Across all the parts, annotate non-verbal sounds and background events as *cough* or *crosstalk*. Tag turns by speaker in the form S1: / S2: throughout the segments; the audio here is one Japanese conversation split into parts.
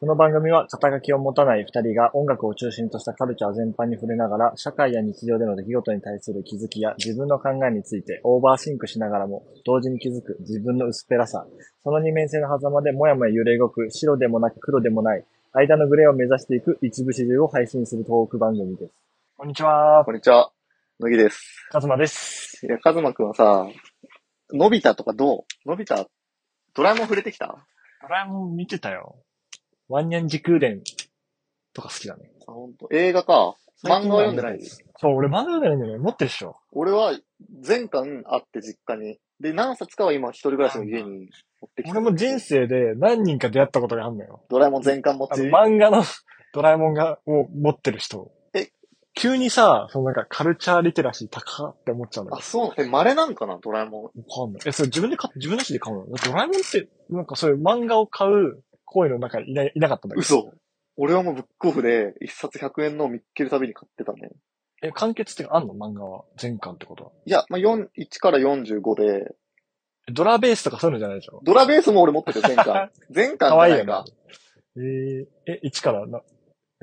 S1: この番組は肩書きを持たない二人が音楽を中心としたカルチャー全般に触れながら、社会や日常での出来事に対する気づきや自分の考えについてオーバーシンクしながらも、同時に気づく自分の薄っぺらさ、その二面性の狭間でもやもや揺れ動く白でもなく黒でもない、間のグレーを目指していく一部始終を配信するトーク番組です。こんにちは、
S2: こんにちは。乃木です。
S1: カズマです。
S2: いや、カズマくんはさ、のび太とかどうのび太、ドラえもん触れてきたあ、
S1: ドラえもん見てたよ。ワンニャン時空伝とか好きだね。
S2: ほんと。映画か。漫画を読んでない。
S1: そう、俺漫画読んでないんだよね。持ってるっしょ。
S2: 俺は全巻あって実家に。で、何冊かは今一人暮らしの家に持ってきて。
S1: 俺も人生で何人か出会ったことがあるのよ。
S2: ドラえもん全巻持
S1: あ
S2: ち
S1: の。漫画の *laughs* ドラえもんが、を持ってる人。
S2: え
S1: 急にさ、そのなんかカルチャーリテラシー高って思っちゃうの
S2: あ、
S1: よ。
S2: そう。え、稀なんかなドラえもん。
S1: わかんない。え、それ自分で買って、自分の足で買うのドラえもんって、なんかそういう漫画を買う行為の中にいないいなかったんだけど。
S2: 嘘。俺はもうブックオフで一冊100円のを見っけるたびに買ってたね。
S1: え、完結ってあんの漫画は。全巻ってことは。
S2: いや、まあ、4、1から45で、
S1: えドラベースとかそういうのじゃないでしょ
S2: ドラベースも俺持ってるよ、全 *laughs* 巻。全巻じ
S1: か
S2: ゃ
S1: わ
S2: ない
S1: い
S2: か
S1: よな。えー、え、1からな、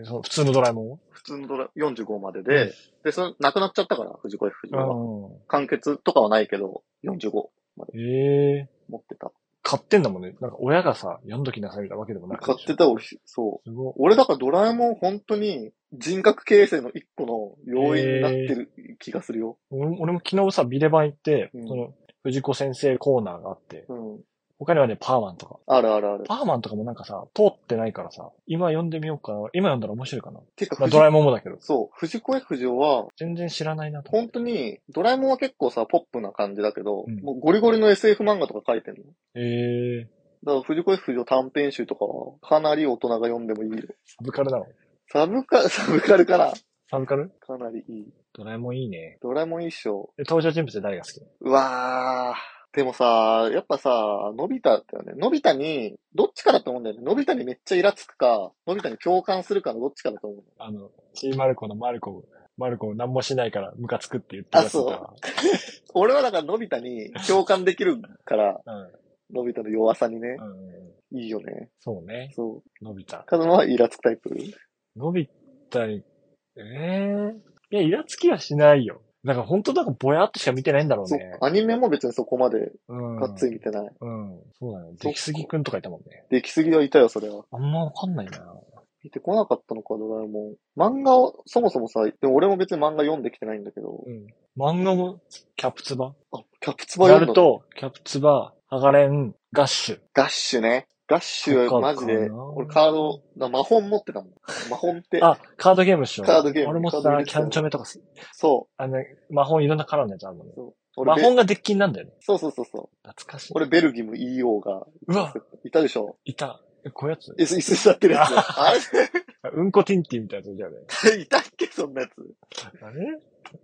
S1: えその普通のドラえもん
S2: 普通のドラ45までで、で、その、亡くなっちゃったから、藤子 F 不二雄は。
S1: うん。
S2: 完結とかはないけど、45
S1: ええー。
S2: 持ってた。
S1: 買ってんだもんね。なんか親がさ、読んどきなさいみたいなわけでもなく。
S2: 買ってた俺、そう。
S1: すごい。
S2: 俺だからドラえもん本当に人格形成の一個の要因になってる気がするよ。
S1: 俺も俺も昨日さ、ビレバン行って、
S2: うん
S1: その、藤子先生コーナーがあって、
S2: うん。
S1: 他にはね、パーマンとか。
S2: あるあるある。
S1: パーマンとかもなんかさ、通ってないからさ、今読んでみようかな。今読んだら面白いかな。
S2: てか、
S1: まあ、
S2: 藤
S1: ドラえもんもだけど、
S2: そう、藤子 F 不二雄は、
S1: 全然知らないなと思っ
S2: 本当に、ドラえもんは結構さ、ポップな感じだけど、
S1: うん
S2: もうゴリゴリの SF 漫画とか書いてるの。
S1: て。えー、
S2: だから藤子 F 不二雄短編集とかは、かなり大人が読んでもいいよ。
S1: サブカルだろ。
S2: サブカ、サブカルかな
S1: サブカル
S2: かなりいい。
S1: ドラえもんいいね。
S2: ドラえもん一生。
S1: で登場人物で誰が好き
S2: うわー。でもさ、やっぱさ、のび太だよね。のび太に、どっちかだと思うんだよね。のび太にめっちゃイラつくか、のび太に共感するかのどっちかだと思う。
S1: あの、チーマルコのマルコ、マルコ何もしないからムカつくって言ってるやつだから。
S2: 俺はだからのび太に共感できるから、のび太の弱さにね
S1: う、ん。うんうん。
S2: いいよね。
S1: そうね。
S2: そう。
S1: のび太。
S2: カズマはイラつくタイプ。
S1: のび太に、ええいや、イラつきはしないよ。なんか本当なんかぼやっとしか見てないんだろう
S2: そっ
S1: ね。
S2: か。アニメも別にそこまで、
S1: うん。
S2: がっつり見てない。
S1: うん。そうだね。
S2: そっか
S1: 出来すぎくんとかいたもんね。
S2: 出来すぎはいたよ、それは。
S1: あんまわかんないな。
S2: 見てこなかったのか、ドラえもん。漫画を、そもそもさ、でも俺も別に漫画読んできてないんだけど、
S1: うん。漫画も、キャプツバ
S2: あ、キャプツバ
S1: ナ
S2: 読んだ
S1: ル
S2: の
S1: ト、キャプツバ、ハガレン、ガッシュ。
S2: ガッシュね。ガッシュ
S1: とかか
S2: は
S1: な
S2: マジで、俺カード、だ魔本持ってたもん。魔本って、
S1: あ、カードゲームっしょ。
S2: カードゲーム
S1: 俺もさ
S2: カードゲー、ム
S1: キャンチョメとかす、
S2: そ
S1: あの、魔法いろんなカラーのやつあるもんね
S2: う。。そう
S1: 魔
S2: 俺べ
S1: 法がデッキになるんだよね。
S2: そうそうそうそう。
S1: 懐かしい。
S2: 俺ベルギム EO が、
S1: うわ、
S2: いたでしょ
S1: いた。えこういうやつ
S2: 椅子、椅子座ってるやつ。
S1: *laughs*
S2: あ
S1: うんこティンティみたいなやつだよね。
S2: れ *laughs* いたっけそんなやつ。
S1: あれ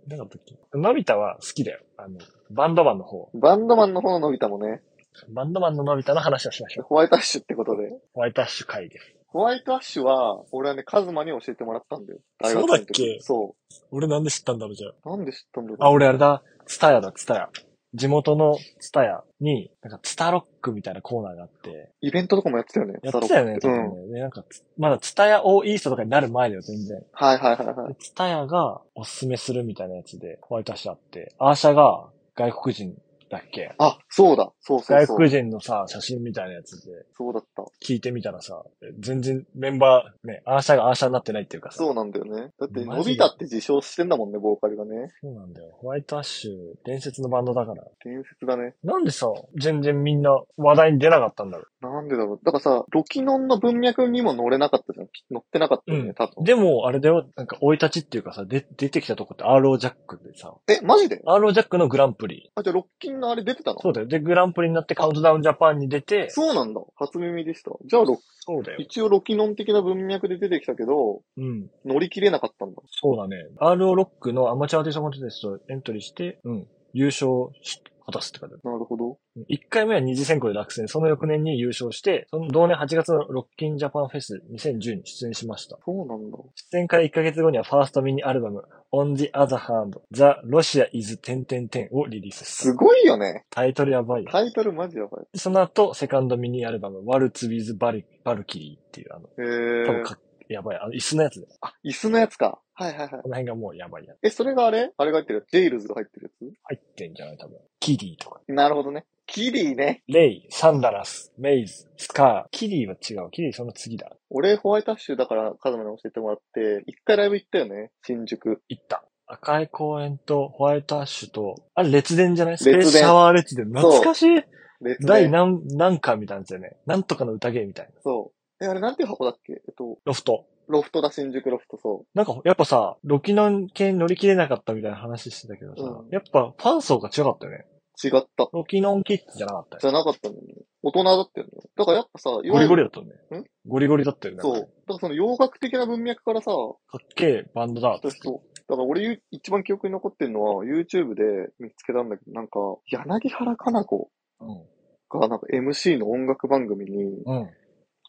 S1: なかったっけのび太は好きだよ。あの、バンドマンの方。
S2: バンドマンの方ののび太もね、
S1: バンドマンののび太の話をしましょう。
S2: ホワイトアッシュってことで。
S1: ホワイトアッシュ会です。
S2: ホワイトアッシュは、俺はね、カズマに教えてもらったんだよ。大学生の時
S1: そうだっけ
S2: そ
S1: 俺なんで知ったんだろう、じゃあ。
S2: う。なんで知ったんだろう。
S1: あ、俺あれだ。ツタヤだ、ツタヤ。地元のツタヤに、なんかツタロックみたいなコーナーがあって、
S2: イベントとかもやってたよね。
S1: やってたよね、多
S2: サロック
S1: 分ね。でなんかつ、まだツタヤオーイーストとかになる前だよ、全然。
S2: うん。はいはいはいはい。
S1: でツタヤがおすすめするみたいなやつで、ホワイトアッシュあって、アーシャが外国人だっけ
S2: あ、そうだ。そうそう
S1: 外
S2: そう。
S1: 国人のさ、写真みたいなやつで、
S2: そうだった。
S1: 聞いてみたらさ、全然メンバー、ね、アーシャがアーシャになってないっていうかさ。
S2: そうなんだよね。だって、
S1: マジ
S2: のび太って自称してんだもんね、ボーカルがね。
S1: そうなんだよ。ホワイトアッシュ、伝説のバンドだから。
S2: 伝説だね。
S1: なんでさ、全然みんな話題に出なかったんだろ
S2: なんでだろう。だからさ、ロキノンの文脈にも乗れなかったじゃん。き乗ってなかったよ
S1: うん
S2: ね、多
S1: う。
S2: 分。
S1: でも、あれだよ、なんか、生い立ちっていうかさ、で、出てきたとこって RO ジャックでさ、
S2: え、マジで
S1: RO ジャックのグランプリ。
S2: あ、じゃあロッキンのあれ出てたの
S1: そうだよ。で、グランプリになってカウントダウンジャパンに出て、
S2: そうなんだ。初耳でした。じゃあロ、
S1: そうだよ。
S2: 一応ロキノン的な文脈で出てきたけど、
S1: うん。
S2: 乗り切れなかったんだ。
S1: そうだね。RO ロックのアマチュアアーティストコンテストエントリーして、うん。優勝し果たすって感じ。
S2: なるほど。
S1: 1回目は二次選考で落選、その翌年に優勝して、その同年8月のロッキンジャパンフェス2010に出演しました。
S2: そうなんだ。
S1: 出演から1ヶ月後にはファーストミニアルバム、On the Other Hand, The Russia is 10.10をリリース
S2: す
S1: した。
S2: ごいよね。
S1: タイトルやばいよ。
S2: タイトルマジやばい。
S1: その後、セカンドミニアルバム、ワルツ・ウィズ・バルバルキリーっていう、あの、
S2: え
S1: 多分
S2: ー。
S1: か、やばい、あの、椅子のやつで。こ
S2: あ、椅子のやつか。はいはいはい。
S1: の辺がもうやばいやつ。
S2: え、それがあれあれが入ってるやつジェイルズが入ってるや
S1: 入ってんじゃない多分。キリーとか。
S2: つなるほどね。キリーね。
S1: レイ、サンダラス、メイズ、スカー。キリーは違う。キリーその次だ。
S2: 俺、ホワイトアッシュだから、カズマに教えてもらって、一回ライブ行ったよね。新宿。
S1: 行った。赤い公園とホワイトアッシュと、あれ列伝じゃないス
S2: 列
S1: ペー
S2: 伝
S1: スシャワー列伝。
S2: そう
S1: 懐かしい、
S2: 別
S1: 第
S2: で。
S1: 何、何巻みたいなんですよね。なんとかの宴みたいな。
S2: そう。え、あれなんていう箱だっけえっと、
S1: ロフト。
S2: ロフトだ、新宿ロフト、そ
S1: なんか、やっぱさ、ロキノン系乗り切れなかったみたいな話してたけどさ、
S2: うん
S1: やっぱファン層が違かったよね。
S2: う。違った。
S1: ロキノンキッズじゃなかったよ
S2: じゃなかったんだよね。大人だったよね。だからやっぱさ、いわゆる
S1: ゴリゴリだったよね
S2: ん。
S1: ゴリゴリだったよね。
S2: そう。だからその洋楽的な文脈からさ、
S1: かっけえバンドだ。
S2: そうそう。だから俺ゆ一番記憶に残ってるのは YouTube で見つけたんだけど、なんか、柳原かな子
S1: うん。
S2: がなんか MC の音楽番組に
S1: うん。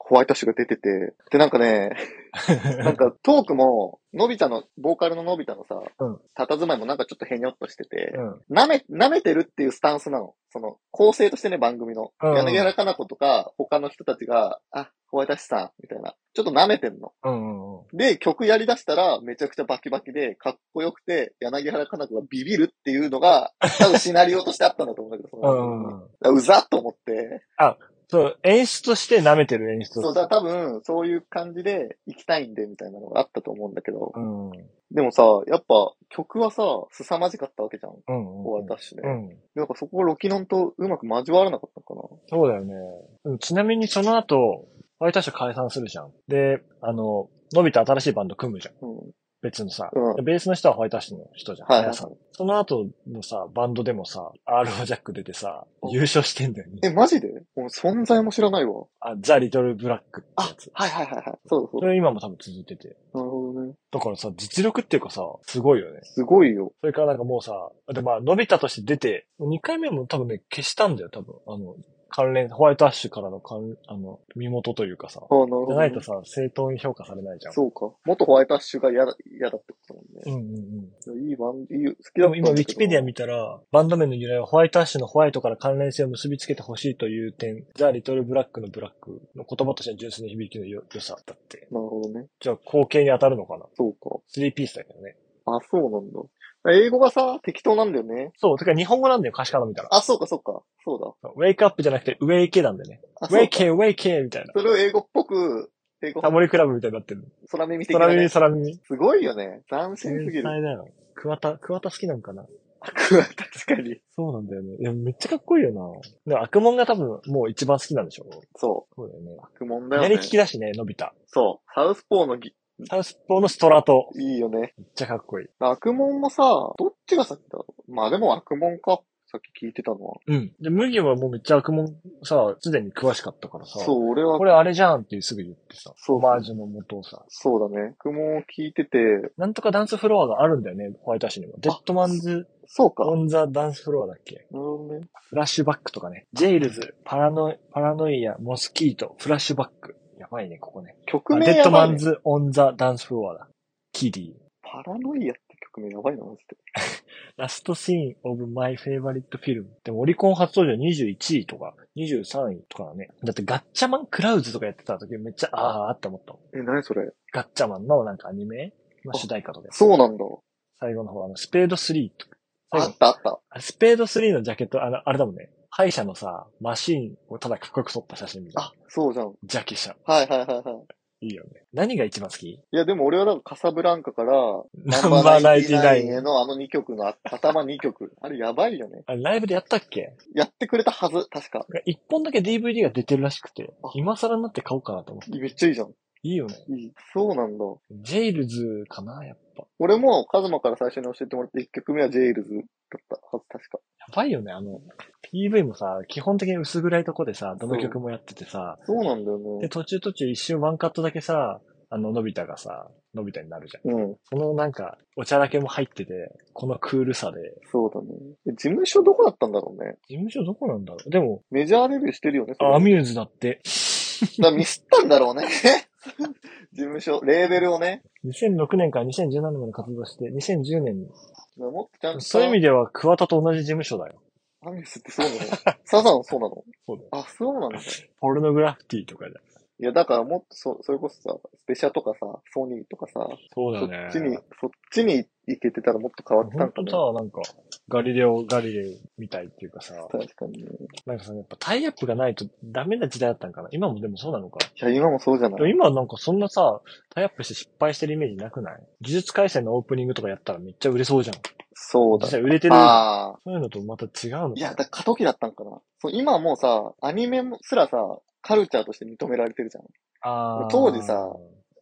S2: ホワイトアッシュが出てて、でなんかね、 *laughs* なんかトークも、のび太の、ボーカルののび太のさ、
S1: うん
S2: 佇まいもなんかちょっとへにょっとしてて
S1: う、ん。
S2: 舐め、舐めてるっていうスタンスなの。その、構成としてね、番組の。
S1: うん
S2: 柳原かな子とか、他の人たちが、あ、ホワイトアッシュさん、みたいな。ちょっと舐めてんの。
S1: うん。うん。
S2: で、曲やり出したら、めちゃくちゃバキバキで、かっこよくて、柳原かな子がビビるっていうのが、多分シナリオとしてあったんだと思うんだけど、その
S1: うん。
S2: うざっと思って、
S1: そう、演出として舐めてる演出。
S2: そうだ、多分、そういう感じで行きたいんで、みたいなのがあったと思うんだけど、
S1: うん。うん。
S2: でもさ、やっぱ、曲はさ、凄まじかったわけじゃん。
S1: うん。
S2: ホワイトアッシュ
S1: う
S2: ね。
S1: ん。
S2: なんかそこがロキノンとうまく交わらなかったのか
S1: そうだよね。うんちなみにその後、ホワイトアッシュ解散するじゃん。で、あの、伸びた新しいバンド組むじゃん。
S2: なうん。
S1: 別のさ。
S2: うん。
S1: ベースの人はホワイトアッシュの人じゃん。
S2: はい
S1: 皆さんその後のさ、バンドでもさ、RO ジャック出てさ、
S2: うん
S1: 優勝してんだよね。
S2: え、マジでもう存在も知らないわ。
S1: あ、ザ・リトル・ブラックってやつ。
S2: はいはいはいはい。そうそう。
S1: それ今も多分続いてて。
S2: なるほどね。
S1: だからさ、実力っていうかさ、すごいよね。
S2: すごいよ。
S1: それからなんかもうさ、でまあ、伸びたとして出て、2回目も多分ね、消したんだよ、多分。あの、関連、ホワイトアッシュからの関、あの、身元というかさ。
S2: ああ、なるほ
S1: じ
S2: ど
S1: ゃ
S2: ね、
S1: ないとさ、正当に評価されないじゃん。
S2: そうか。元ホワイトアッシュが嫌だ嫌だってことだもんね。
S1: うんうんうん。
S2: いやいいバンド、いい、好き
S1: で
S2: だったん
S1: も
S2: だけど
S1: 今、ウィキペディア見たら、バンド名の由来はホワイトアッシュのホワイトから関連性を結びつけてほしいという点、ザ・リトル・ブラックのブラックの言葉としての純粋な響きのよ良さだって。
S2: なるほどね。
S1: じゃあ、後継に当たるのかな
S2: そうか。
S1: 3ピースだけどね。
S2: あ、そうなんだ。英語がさ、適当なんだよね。
S1: そう、てか日本語なんだよ、歌詞から見たら。
S2: あ、そうか、そうか。そう
S1: ウェイクアップじゃなくて、ウェイケなんだよね。
S2: だ。あ、
S1: ウ
S2: そ
S1: ェ
S2: う
S1: イ
S2: か。
S1: ケ、ウェイケみたいな。
S2: それを英語っぽく、英語、
S1: タモリクラブみたいになってる。
S2: 空耳的
S1: 空
S2: な、
S1: 耳、
S2: ね。
S1: 空耳。
S2: すごいよね。斬新すぎ
S1: 天
S2: る。
S1: 才だよ。桑田、桑田好きなのかな
S2: 確かに。
S1: そうなんだよね。いや、めっちゃかっこいいよな。でも、悪門が多分、もう一番好きなんでしょ
S2: そ
S1: そうだよね。
S2: う。苦悶だよ
S1: 左
S2: ね
S1: 利。きだしね、伸びた。
S2: そう。サウスポーのぎ、
S1: サウスポーのストラト。
S2: いいよね。
S1: めっちゃかっこいい。
S2: 悪門もさ、どっちが先だろう。まあでも悪門か。さっき聞いてたのは。
S1: うん。で、麦はもうめっちゃ悪門さ、すでに詳しかったからさ。。
S2: そうう、俺は
S1: こ、れあれじゃんってすぐ言ってさ。
S2: そう
S1: オマージュの元をさ。
S2: そうだね。悪門を聞いてて、
S1: なんとかダンスフロアがあるんだよね、ホワイトアッシュにも。デッドマンズ・
S2: そうか。
S1: オン・ザ・ダンスフロアだっけ
S2: なるほどね。
S1: フラッシュバックとかね。ジェイルズ、パラノイ、パラノイア、モスキート、フラッシュバック。やばいね、ここね。あ
S2: 曲名
S1: デッ
S2: や
S1: ド
S2: ば
S1: マ
S2: いね、
S1: ンズ・オン・ザ・ダンスフロアだ。キディ。
S2: パラノイアって曲名やばいな、マジで。
S1: ラストシーンオブマイフェイバリットフィルム。でもオリコン初登場21位とか、23位とかだね。だってガッチャマンクラウズとかやってた時めっちゃ、あーって思ったもん。
S2: え、何それ
S1: ガッチャマンのなんかアニメの主題歌とかです。
S2: そうなんだ。
S1: 最後の方、あの、スペード3とか。最
S2: あ
S1: 後
S2: ったあった。
S1: あスペード3のジャケット、あの、あれだもんね。歯医者のさ、マシーンをただかっこよく撮った写真みたいな
S2: あ。、そうじゃん。
S1: ジャケシャ。
S2: はいはいはいはい。
S1: いいよね。何が一番好き
S2: いや、でも俺はなんかカサブランカから、
S1: ナンバーナインティナイ
S2: へ
S1: ン。
S2: のあの2曲のあ頭2曲。あれやばいよね。
S1: あれライブでやったっけ
S2: やってくれたはず、確か。
S1: 一本だけ DVD が出てるらしくて
S2: あ、
S1: 今更になって買おうかなと思って。
S2: めっちゃいいじゃん。
S1: いいよね。
S2: いい。そうなんだ。
S1: ジェイルズかなやっぱ。
S2: 俺もカズマから最初に教えてもらって1曲目はジェイルズだったはず、確か。
S1: やばいよね、あの、PV もさ、基本的に薄暗いとこでさ、どの曲もやっててさ、
S2: そうなんだよね
S1: で、。途中途中一瞬ワンカットだけさ、あの、のび太がさ、のび太になるじゃん。
S2: うん。
S1: そのなんか、おちゃらけも入ってて、このクールさで、
S2: そうだね。事務所どこだったんだろうね。
S1: 事務所どこなんだろうでも、
S2: メジャーレビューしてるよね。それ
S1: あアミューズだって、
S2: だからミスったんだろうね。 *laughs* 事務所、レーベルをね。
S1: 2006年から2017年まで活動して、2010年に。
S2: もっとちゃんと。
S1: そういう意味では、桑田と同じ事務所だよ。
S2: アミューズってそうなのサザンそうなの
S1: *laughs* そうだよ。
S2: あ、そうなんだ。い
S1: ポルノグラフィティとかじゃん。
S2: や、だからもっとそ、それこそさ、スペシャとかさ、ソニーとかさ、
S1: そうだよ
S2: そっ
S1: ね。
S2: ちに、そっちに行けてたらもっと変わった
S1: 本
S2: んか
S1: 当
S2: ね
S1: さ。、なんか、ガリレオ、ガリレオみたいっていうかさ、
S2: 確かにね。
S1: なんかさ、やっぱタイアップがないとダメな時代だったんかな。今もでもそうなのか。
S2: いや、今もそうじゃな
S1: でも
S2: い
S1: 今なんかそんなさ、タイアップして失敗してるイメージなくない技術改正のオープニングとかやったらめっちゃ売れそうじゃん。
S2: そう
S1: 実
S2: だ。
S1: 際売れてる。そ
S2: ああ。
S1: ういうのとまた違うの
S2: い
S1: か
S2: や、だ過渡期だったんかな。そう、今もうさ、アニメもすらさ、カルチャーとして認められてるじゃん。
S1: あー
S2: 当時さ、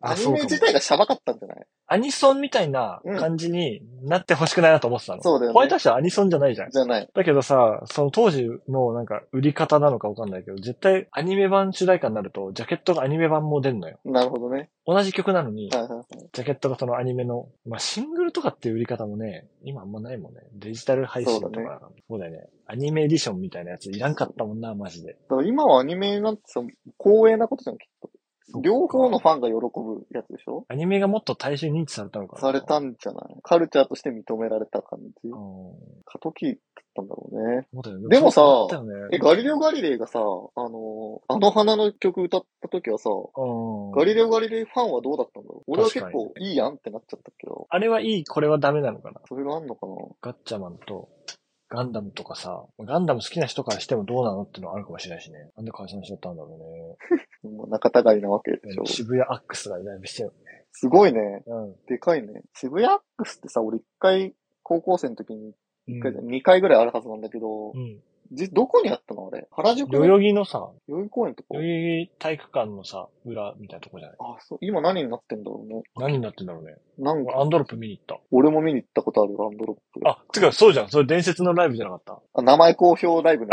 S2: ア
S1: あ
S2: ニ
S1: そう
S2: メ
S1: かも
S2: 自体がシャバかったんじゃない
S1: アニソンみたいな感じになってほしくないなと思ってたの。
S2: そうだよね
S1: ホワイトアッシュはアニソンじゃないじゃん。
S2: じゃない。
S1: だけどさ、その当時のなんか売り方なのかわかんないけど、絶対アニメ版主題歌になると、ジャケットがアニメ版も出んのよ。
S2: なるほどね。
S1: 同じ曲なのに
S2: は、いはいはい。
S1: ジャケットがそのアニメの、まあ、シングルとかっていう売り方もね、今あんまないもんね。デジタル配信とか、
S2: そ
S1: そうう
S2: だ
S1: だよね。アニメエディションみたいなやついらんかったもんな、マジで。
S2: だから今はアニメなんてさ、光栄なことじゃん、きっと。両方のファンが喜ぶやつでしょ
S1: アニメがもっと大衆認知されたのかな。
S2: されたんじゃないカルチャーとして認められた感
S1: う
S2: じ
S1: ん。。
S2: 過渡期だったんだろうね。
S1: そうだよね
S2: でもさ
S1: そうだよね
S2: え、ガリレオ・ガリレイがさ、あのーあの花の曲歌った時はさ、
S1: うん。
S2: ガリレオ・ガリレイファンはどうだったんだろう俺は結
S1: 確
S2: 構いいやんってなっちゃったけど、
S1: あれはいい、これはダメなのかな。
S2: それがあんのかな
S1: ガッチャマンと、ガンダムとかさ、ガンダム好きな人からしてもどうなのってのはあるかもしれないしね。なんで解散しちゃったんだろ
S2: もう仲違いなわけ
S1: う
S2: でしょ
S1: ね。。渋谷アックスがライブしてる。
S2: すごいね。
S1: うん。
S2: でかいね。渋谷アックスってさ、俺一回、高校生の時に、
S1: う
S2: 一回じゃ
S1: ん。
S2: ない二回ぐらいあるはずなんだけど
S1: う、ん。
S2: じ、どこにあったのあれ原宿
S1: 代
S2: の代
S1: 々木のさ、
S2: 々木公園とか
S1: 代々木体育館のさ、裏みたいなとこじゃない
S2: あ、そう、今何になってんだろうね。
S1: 何になってんだろうね。
S2: なんか、
S1: 俺アンドロップ見に行った。
S2: 俺も見に行ったことある、ランドロップ。
S1: あ、てか、そうじゃん。それ伝説のライブじゃなかった。
S2: あ、名前公表ライブね。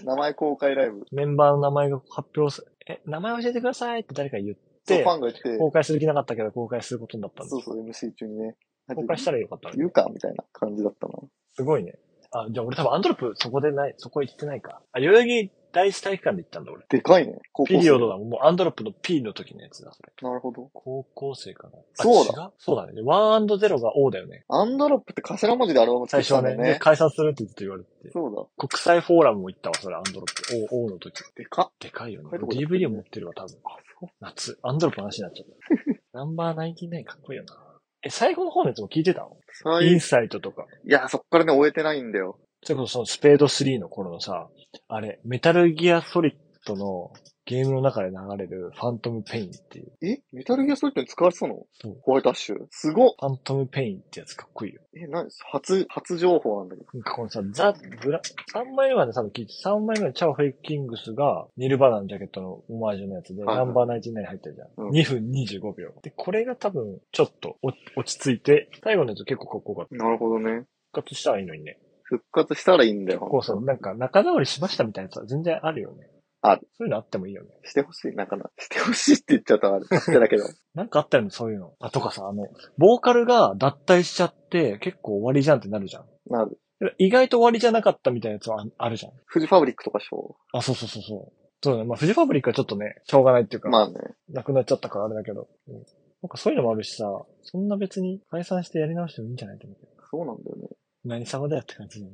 S2: *laughs* 名前公開ライブ。
S1: メンバーの名前が発表す、え、名前教えてくださいって誰か言っ
S2: そう、
S1: て
S2: フ、ァンが言って、
S1: 公開する気なかったけど公開することになったんだ
S2: そう。そう、MC 中にね。
S1: 公開したらよかったのに
S2: 言うかみたいな感じだったな。
S1: すごいね。あ、じゃあ俺多分アンドロップそこでない、そこ行ってないか。あ、代々木第一体育館で行ったんだ俺。
S2: でかいね。高校
S1: ピリオドだもん。もうアンドロップの P の時のやつだ、それ。
S2: なるほど。
S1: 高校生かな。あ
S2: そうだ
S1: 違そうだね。1&0 が O だよね。
S2: アンドロップって頭文字でアルバム
S1: 最
S2: 作っ
S1: 初
S2: た
S1: は
S2: んだよ
S1: ね。
S2: ね
S1: で、。解散するってずっと言われてて。
S2: そうだ。
S1: 国際フォーラムも行ったわ、それ、アンドロップ。O、O の時。
S2: でかっ。
S1: でかいよね。
S2: でかいとこだ
S1: DVD を持ってるわ、多分。
S2: あ、そう。
S1: 夏。アンドロップの話になっちゃった。 *laughs* ナンバー99かっこいいよな。え、最後の方のやつも聞いてたの、
S2: 最
S1: イ
S2: い
S1: ンサイトとか。
S2: や、そっからね、終えてないんだよ。
S1: それこそそのスペード3の頃のさ、あれ、メタルギアソリッドのゲームの中で流れるファントムペインっていう。
S2: えメタルギアソリッドに使われてたの
S1: そう
S2: ホワイトアッシュすごっ。
S1: ファントムペインってやつかっこいいよ。
S2: え、なに初、初情報なんだけど。
S1: なんかこのさ、ザ・ブラ、3枚目まで多分聞いて、3枚目のチャオ・フェイキングスが、ニルバナのジャケットのオマージュのやつで、
S2: はいはい
S1: ナンバー99入ってるじゃん。
S2: うん
S1: 2分25秒。で、これが多分、ちょっとお落ち着いて、最後のやつ結構かっこよかった。
S2: なるほどね。
S1: 復活したらいいのにね。
S2: 復活したらいいんだよ。
S1: こうさ、なんか仲直りしましたみたいなやつは全然あるよね。
S2: ある。
S1: そういうのあってもいいよね。
S2: してほしい、なんかな。してほしいって言っちゃったらあ
S1: *laughs*
S2: れ、勝手だけど。
S1: なんかあったよね、そういうの。あ、とかさ、あの、ボーカルが脱退しちゃって、結構終わりじゃんってなるじゃん。
S2: なる。
S1: 意外と終わりじゃなかったみたいなやつはああるじゃん。
S2: フジファブリックとかしょ
S1: あ、そうそうそうそう。そうだね。まあ、フジファブリックはちょっとね、しょうがないっていうか、
S2: まあね。
S1: なくなっちゃったからあれだけど。うんなんかそういうのもあるしさ、そんな別に解散してやり直してもいいんじゃないと思うけど。
S2: そうなんだよね。
S1: 何様だよって感じだよ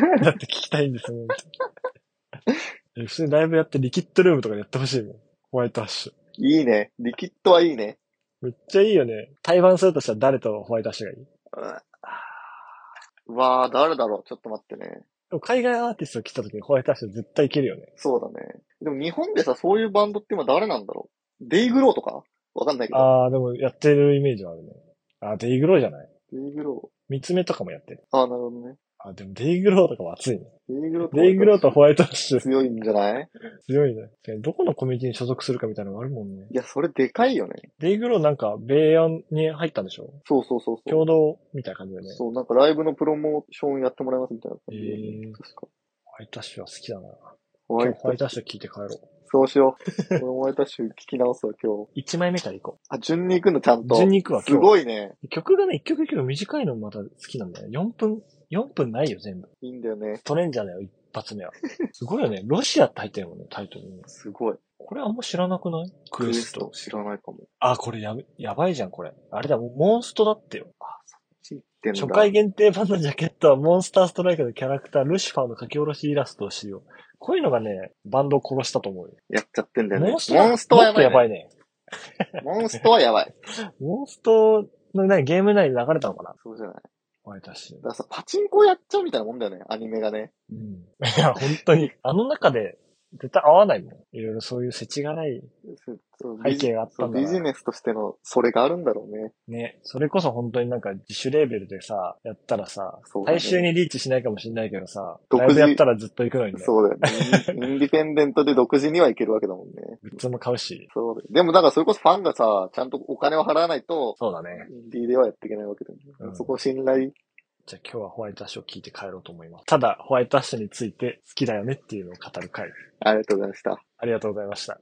S2: *laughs*
S1: ねだって聞きたいんですよ、みたいなえ普通にライブやってリキッドルームとかでやってほしいもん。ホワイトアッシュ。
S2: いいね。リキッドはいいね。
S1: めっちゃいいよね。対バンするとしたら誰とホワイトアッシュがいいう
S2: わー、誰だろう。ちょっと待ってね。
S1: でも海外アーティスト来た時にホワイトアッシュ絶対いけるよね。
S2: そうだね。でも日本でさ、そういうバンドって今誰なんだろうデイグローとかわかんないけど。
S1: ああ、でもやってるイメージはあるね。あーデイグローじゃない
S2: デイグロ
S1: 三つ目とかもやってる。
S2: ー。あー、なるほどね。
S1: あーでもデイグローとかは熱いね。
S2: デイグローと
S1: デイグローとホワイトアッシュ
S2: 強いんじゃない
S1: 強いね。どこのコミュニティに所属するかみたいなのがあるもんね。
S2: いや、それでかいよね。
S1: デイグローなんか、米安に入ったんでしょ
S2: そうそうそうそう。
S1: 共同みたいな感じだよね。
S2: そう、なんかライブのプロモーションやってもらいますみたいな感じで、
S1: へー
S2: 確か。
S1: ホワイトアッシュは好きだな。
S2: ホ
S1: 今
S2: ワ
S1: 日
S2: イ
S1: ホワイ
S2: ト。
S1: トアッシュ聞いて帰ろう。
S2: そうしよう。 *laughs* 俺も俺たち聞き直すわ、今日。
S1: 1枚目から行こ
S2: あ、順に行くの、ちゃん
S1: う。
S2: と。
S1: 順に行くわ、
S2: す
S1: 今日。
S2: ごいね。
S1: 曲がね、一曲一曲短いのもまた好きなんだよね。4分、4分ないよ、全部。
S2: いいんだよね。
S1: トレンジャーだよ、一発 *laughs* 目は。すごいよね。ロシアって入ってるもんね、タイトルに。
S2: すごい。
S1: これあんま知らなくないクエスト。
S2: 知らないかも。
S1: あ、これやべ、やばいじゃん、これ。あれだ、モンストだってよ。
S2: 知ってんだ。
S1: 初回限定版のジャケットはモンスターストライクのキャラクター、ルシファーの書き下ろしイラストを使用。こういうのがね、バンドを殺したと思うよ。
S2: やっちゃってんだよね。
S1: モ
S2: モ
S1: ン
S2: ン
S1: ス
S2: ス
S1: ト
S2: ト
S1: は
S2: は
S1: もっ
S2: や
S1: と
S2: ば
S1: や
S2: い、
S1: ば
S2: ね。
S1: いね。
S2: モンストはやばい。
S1: モンストのね、ゲーム内で流れたのかな
S2: そうじゃない。だか
S1: 俺たち。
S2: らさ、パチンコやっちゃうみたいなもんだよね、アニメがね。
S1: うん。いや、本当に。あの中で、絶対合わないもん。いろいろそういう世知がない
S2: そうそう
S1: 背景があった
S2: そうん
S1: だ
S2: ビジ
S1: な。
S2: ネスとしての、それがあるんだろうね。
S1: ね。それこそ本当になんか自主レーベルでさ、やったらさ、
S2: そうだね
S1: 大衆にリーチしないかもしれないけどさ、
S2: 独
S1: ライ
S2: 自
S1: ブやったらずっと行くのにね。
S2: そうだよね。インインデ *laughs* ィペンデントで独自にはいけるわけだもんね。
S1: グッズも買うし。
S2: そうだよでもだからそれこそファンがさ、ちゃんとお金を払わないと、
S1: そうだね。
S2: インディーではやっていけないわけだよね。
S1: うん
S2: そこを信頼。
S1: じゃあ今日はホワイトアッシュを聞いて帰ろうと思います。ただ、ホワイトアッシュについて好きだよねっていうのを語る回。
S2: ありがとうございました。
S1: ありがとうございました。